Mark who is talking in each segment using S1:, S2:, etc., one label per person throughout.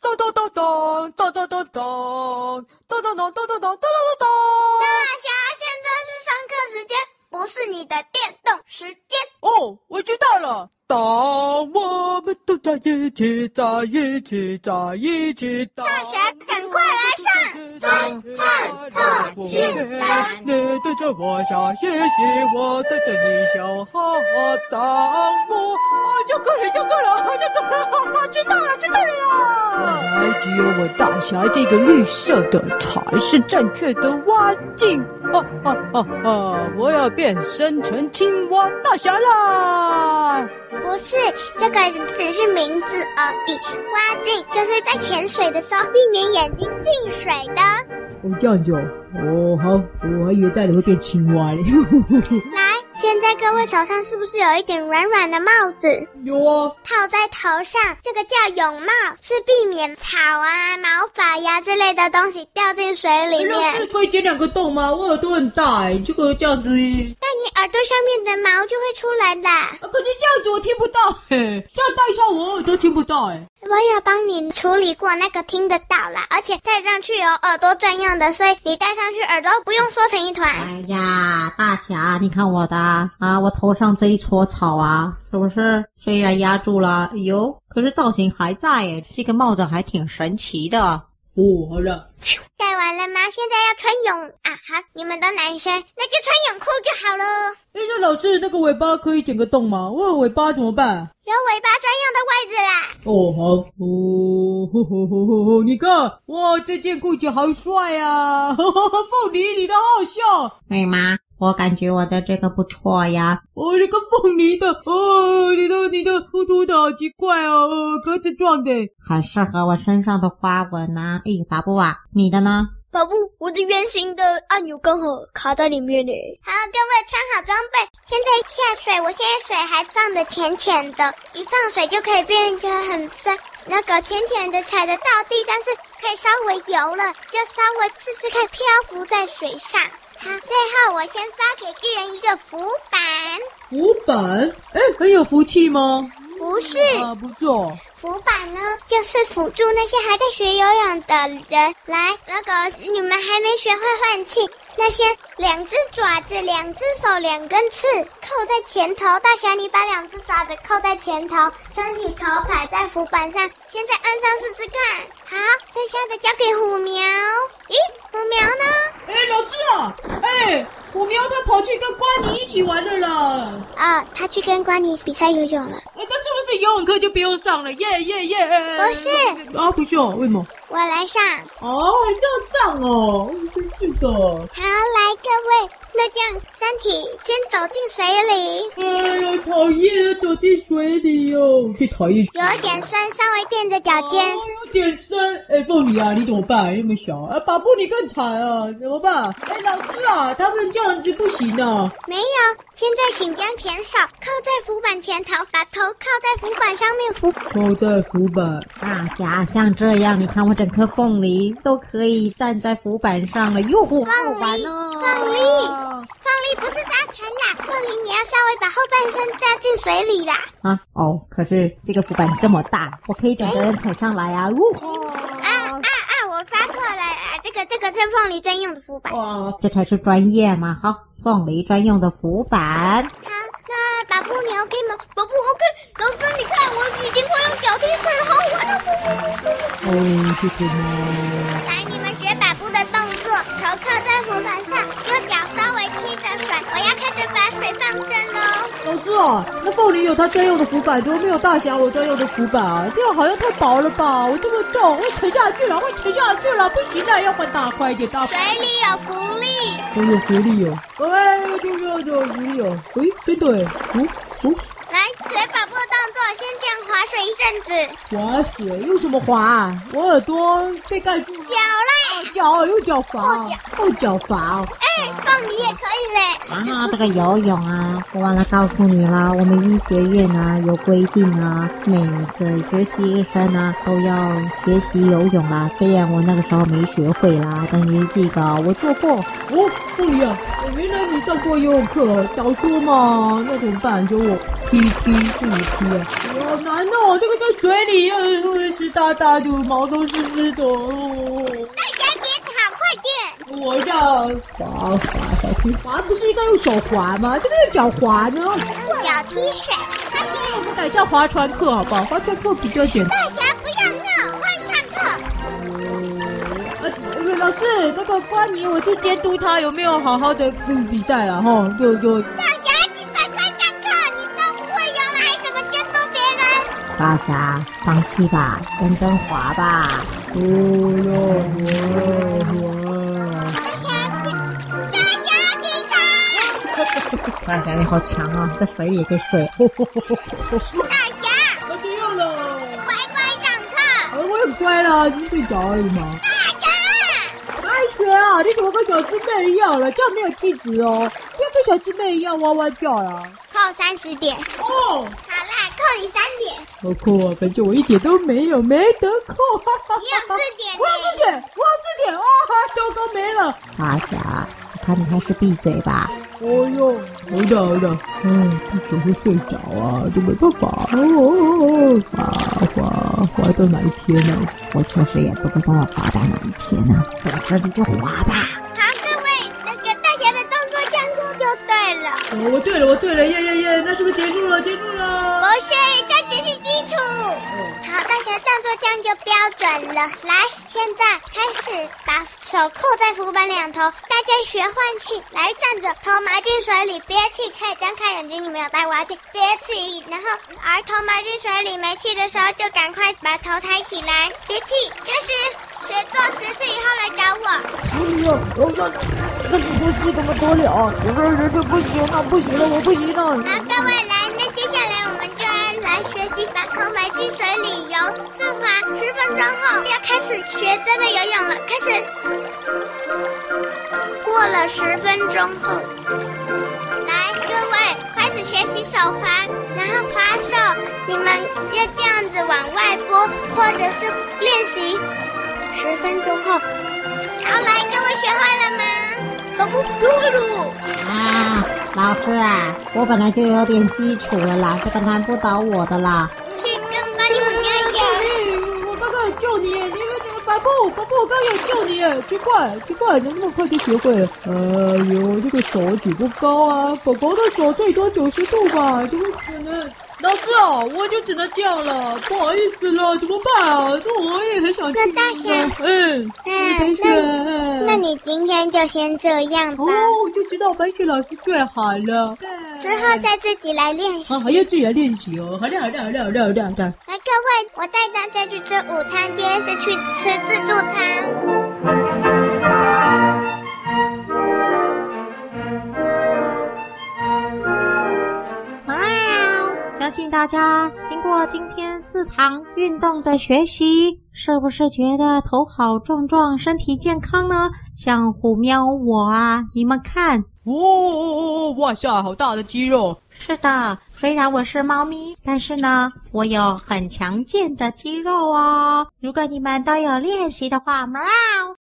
S1: 咚咚咚咚咚咚咚咚咚咚咚咚咚咚咚咚。
S2: 大侠，现在是上课时间，不是你的电动时间。
S1: 哦，我知道了。当我们都在一起，在一起，在一起。大
S2: 侠赶快来上
S1: 侦
S2: 探特训班
S1: 你对着我笑嘻嘻，我对着你笑哈哈。当我啊，就够了，就够
S3: 啊
S1: 了，就够了，我知道了，知道了啦。
S3: 原来只有我大侠这个绿色的才是正确的蛙镜。啊啊啊啊！我要变身成青蛙大侠啦！
S2: 不是，这个只是名字而已。蛙镜就是在潜水的时候避免眼睛进水的。
S3: 哦，这样子哦，哦好，我还以为带你会变青蛙嘞。
S2: 来，现在各位手上是不是有一点软软的帽子？
S1: 有啊，
S2: 套在头上，这个叫泳帽，是避免草啊、毛发呀、之类的东西掉进水里
S3: 老
S2: 面
S3: 师。哎可以剪两个洞吗？我耳朵很大哎，这个这样子，啊，
S2: 但你耳朵上面的毛就会出来啦。
S3: 可是这样子我听不到嘿，这样戴上我耳朵听不到哎。
S2: 我有帮你处理过那个听得到啦，而且戴上去有耳朵专用的，所以你戴上去耳朵不用缩成一团。
S4: 哎呀，大侠，你看我的啊，我头上这一撮草啊，是不是？虽然压住了，哎呦，可是造型还在耶，这个帽子还挺神奇的。
S3: 哦，好了，
S2: 戴完了吗？现在要穿泳啊好，你们都男生，那就穿泳裤就好了。
S3: 哎，那老师那个尾巴可以剪个洞吗？我有尾巴怎么办？
S2: 有尾巴专用的位置啦。
S3: 哦，好哦，吼吼吼吼吼！你看，哇，这件裤子好帅啊！ 凤梨，你的好笑，
S4: 对吗？哎我感觉我的这个不错呀。
S3: 哦，这个凤梨的，哦，你的你的秃秃的好奇怪哦，哦格子状的，
S4: 很适合我身上的花纹呐、啊。哎，法布啊，你的呢？
S2: 宝布，我的圆形的按钮刚好卡在里面呢。好，各位穿好啊装备，现在下水。我现在水还放的浅浅的，一放水就可以变得很深，那个浅浅的踩得到地，但是可以稍微游了，就稍微试试看漂浮在水上。好，最后我先发给一人一个浮板，
S3: 浮板，哎，很有福气吗？
S2: 不是
S3: 啊，不错，
S2: 浮板呢，就是辅助那些还在学游泳的人来。那个你们还没学会换气，那些两只爪子、两只手、两根刺扣在前头。大侠，你把两只爪子扣在前头，身体头摆在浮板上。现在按上试试看。好，剩下的交给虎苗。咦，虎苗呢？
S3: 哎，老师啊，哎，我苗他跑去跟瓜尼一起玩了啦。
S2: 哦，他去跟瓜尼比赛游泳了。
S3: 哎，那是不是游泳课就不用上了？耶耶耶！
S2: 不是，
S3: 啊，不是哦，为什么？
S2: 我来上。
S3: 哦，要上哦，真是的。
S2: 好，来各位，那这样身体先走进水里。
S3: 哎呦，讨厌，躲进水里哦，最讨厌水。
S2: 有一点深，稍微垫着脚尖。
S3: 哦有点深。哎，凤梨啊，你怎么办？那么小啊，巴布你更惨啊，怎么办？哎，老师啊，他们这样子不行啊。
S2: 没有，现在请将前手靠在浮板前头，把头靠在浮板上面浮。
S3: 口袋浮板，
S4: 大侠，像这样，你看我整颗凤梨都可以站在浮板上了，哟，好好玩哦！
S2: 凤梨，
S3: 哦
S2: 凤梨不是搭船啦，凤梨你要稍微把后半身扎进水里啦。
S4: 啊，哦，可是这个浮板这么大，我可以整个人踩上来啊！呜、
S3: 哦
S2: 啊啊啊！我发错了啦，这个这个是凤梨专用的浮板。好，
S4: 哇，这才是专业嘛！好，凤梨专用的浮板。
S2: 那把布你 OK 吗？宝布 OK，老师你看我已经会用脚踢水了，好玩哦！
S3: 哦，谢谢你。
S2: 来，你们学把布的动作，头靠在浮板上，右脚稍微踢着水，我要开始把水放深喽。
S3: 老师啊，那凤梨有他专用的浮板，怎么没有大侠我专用的浮板啊？这样好像太薄了吧？我这么重，我沉下去了，我沉下去了，不行了，要换大块一点，大块
S2: 水。里有浮力，
S3: 好有福利哦！哎，就要有福利哦！喂，真的哎，哦哦，
S2: 来水宝宝动作，先这样划水一阵子，
S3: 滑水用什么滑啊？我耳朵被盖住了
S2: 脚，嘞，
S3: 脚用脚滑，后脚滑哦。
S2: 哎，凤梨也可以嘞。
S4: 啊，这个游泳啊，我忘了告诉你啦，我们医学院啊有规定啊，每个学习生啊都要学习游泳啦。虽然我那个时候没学会啦，但是这个我做过。
S3: 哦，凤梨啊，原来你上过游泳课，早说嘛，那怎么办？就我踢踢，不你踢啊！好难哦，这个在水里呃湿哒哒的，毛都湿湿的。哦
S2: 大家别吵，快点！
S3: 我要滑滑滑去滑，不是应该用手滑吗？这个用脚滑呢？
S2: 用脚踢水，快点！
S3: 我改上划船课好不好？划船课比较简单。
S2: 大侠不要闹，快上课！
S3: 呃，呃老师，那个关尼，我去监督他有没有好好的嗯比赛了哈？就就
S2: 大侠，请赶快上课！你都不会游了，还怎么监督别人？
S4: 大侠，放弃吧，跟跟滑吧。
S3: 哦
S4: 不要哦
S2: 大侠，请大侠停开！
S3: 哦
S4: 大侠你好强啊，在水里可以水。
S2: 大侠，
S3: 我不用了，
S2: 乖乖上课！
S3: 我很乖啦，你睡着而已嘛。
S2: 大侠，
S3: 爱学啊，你怎么跟小师妹一样了？这样没有气质哦，不要跟小师妹一样哇哇叫啦。
S2: 扣三十点。
S3: 哦，
S2: 好啦，扣你三点，
S3: 我扣啊，反正我一点都没有，没得扣。哈哈哈
S2: 你有四点呢
S3: 我有四点，我有四点啊，糟糕没了。
S4: 大侠，我看你还是闭嘴吧。
S3: 哦哟，好的好的，嗯，他只会睡着啊，就没办法哦哦哦，啊，滑滑到哪一天呢、
S4: 我确实也不知道滑到哪一天呢、
S5: 哎
S4: 总之你就滑吧。
S2: 好，各位，那个大侠的动作监督就对了。
S3: 哦，我对了，我对了，耶耶耶，那是不是结束了？结束
S2: 不
S3: 了。
S2: 是，这只是基础。好，大侠动作这样就标准了。来，现在开始把手扣在浮板两头，大家学换气，来站着，头埋进水里，憋气，可以睁开眼睛，你们有带蛙镜，憋气，然后而头埋进水里没气的时候，就赶快把头抬起来，憋气，开始。学做十次以后来找我。
S3: 哎呦，我这这不是怎么多了？我这人这不行了，不行了，我不行了。
S2: 好，各位来，那接下来我们就要来学习把头埋进水里游顺滑。十分钟后要开始学真的游泳了，开始。过了十分钟后，来，各位开始学习手滑，然后滑手，你们要这样子往外拨，或者是练习。十分钟后，好，来，各位学会了吗？咕咕咕噜。
S4: 啊，老师啊，我本来就有点基础了啦，这个难不倒我的啦。
S2: 去跟跟你们一样。
S3: 我刚刚有救你，你为什么白布？白布，我刚刚有救你，奇怪，奇怪，怎么那么快就学会了？哎呦，这个手举不高啊，狗狗的手最多九十度吧，怎么可能？老师哦，我就只能这样了，不好意思了，怎么办啊？这我也很想去。
S2: 那大侠
S3: 嗯，白雪，
S2: 那那你今天就先这样吧
S3: 哦，，我就知道白雪老师最好了。
S2: 之后再自己来练习
S3: 啊，。还要自己来练习哦，好亮好亮好亮好亮好亮这样。
S2: 来，各位，我带大家去吃午餐，第一是去吃自助餐。
S5: 哇哦！相信大家经过今天四堂运动的学习，是不是觉得头好壮壮，身体健康呢？像虎喵我啊，你们看，
S3: 哦哦哦哦，哇塞，好大的肌肉！
S5: 是的，虽然我是猫咪，但是呢，我有很强健的肌肉哦。如果你们都有练习的话，喵，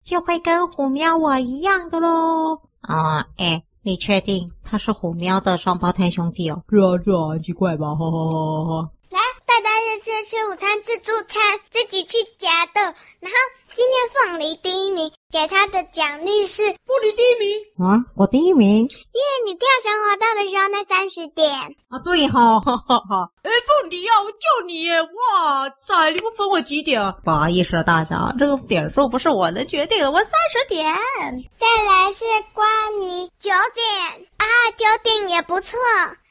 S5: 就会跟虎喵我一样的喽。啊、哎，你确定他是虎喵的双胞胎兄弟哦？
S3: 是啊是啊，很奇怪吧？哈哈哈哈哈！
S2: 来，带大家去吃午餐自助餐，自己去夹的。然后今天凤梨第一名，给他的奖励是，因
S3: 不离第一名，
S5: 啊，我第一名。
S2: 为你跳绳活动的时候那三十点。
S5: 啊，对哈、哈，
S3: 哎，凤梨啊，我救你耶！哇塞，你不分我几点啊？
S5: 不好意思，大侠，这个点数不是我能决定的，我三十点。
S2: 再来是瓜尼九点啊，九点也不错。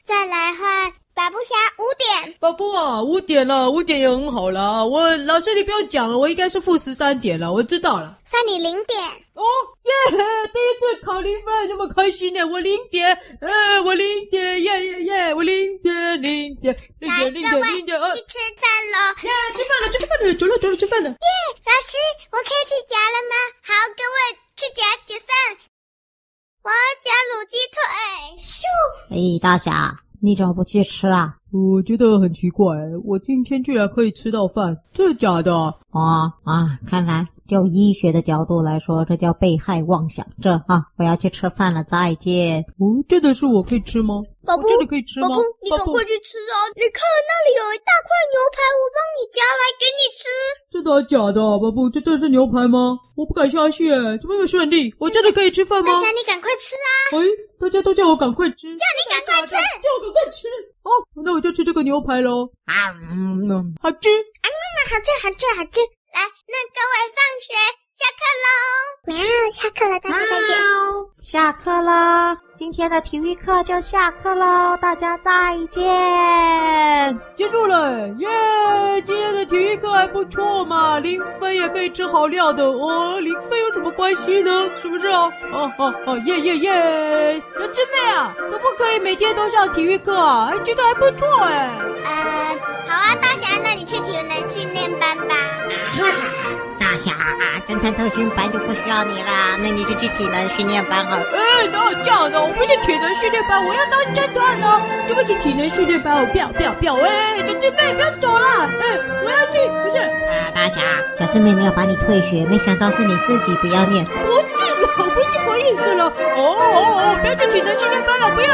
S2: 再来换百步侠五点。
S3: 宝布啊，五点了，五点也很好啦。我老师你不要讲了，我应该是负十三点了，我知道了。
S2: 算你零点。
S3: 哦耶！第一次考零分，那么开心呢！我零点，呃，我零点，耶耶耶！我零点零点零
S2: 来，
S3: 点零
S2: 各
S3: 点
S2: 位
S3: 零点，呃，
S2: 去
S3: 耶！
S2: 吃饭喽！
S3: 吃饭了，吃饭了，走了走了，吃饭了。
S2: 老师，我可以去夹了吗？好，各位去夹解散。我要夹卤鸡腿。咻！
S4: 哎，大侠，你怎么不去吃啊？
S3: 我觉得很奇怪，我今天居然可以吃到饭，这假的啊？
S4: 哦啊，看来就医学的角度来说，这叫被害妄想症啊！我要去吃饭了，再见。
S3: 哦，这个是我可以吃吗？
S2: 宝
S3: 我
S2: 宝
S3: 这个可以吃吗？
S2: 宝宝，你赶
S3: 宝宝
S2: 快去吃啊！你看那里有一大块牛排，我帮你夹来给你吃。
S3: 真的假的？巴布，这真的是牛排吗？我不敢下去，哎，怎么那么顺利？我真的可以吃饭吗？
S2: 大侠，你赶快吃啊！
S3: 哎，大家都叫我赶快吃，叫
S2: 你赶快吃
S3: 叫我赶快吃。哦，那我就吃这个牛排喽，
S4: 啊，嗯，嗯
S3: 好吃。
S2: 好吃，好吃，好吃！来，那各位放学下课喽！喵，下课了，大家再见。
S4: 下课了，今天的体育课就下课喽，大家再见。
S3: 结束了，耶！今天的体育课还不错嘛，零分也可以吃好料的哦。零分有什么关系呢？是不是哦？哦哦哦，耶耶耶！小师妹啊，可不可以每天都上体育课啊？觉得还不错哎。
S2: 呃，好啊，大侠，那你去体能训练班吧。
S4: 大侠，侦探特训班就不需要你啦，那你就去体能训练班好了。
S3: 哎，哪有这样的？我不是体能训练班，我要当侦探呢。对不起，体能训练班，我不要不要不要！哎，小师妹，不要走啦！哎，我要去，不是
S4: 啊，大侠，小师妹没有把你退学，没想到是你自己不要念。
S3: 不是了，我不是我意思了。哦哦哦，不要去体能训练班了，不要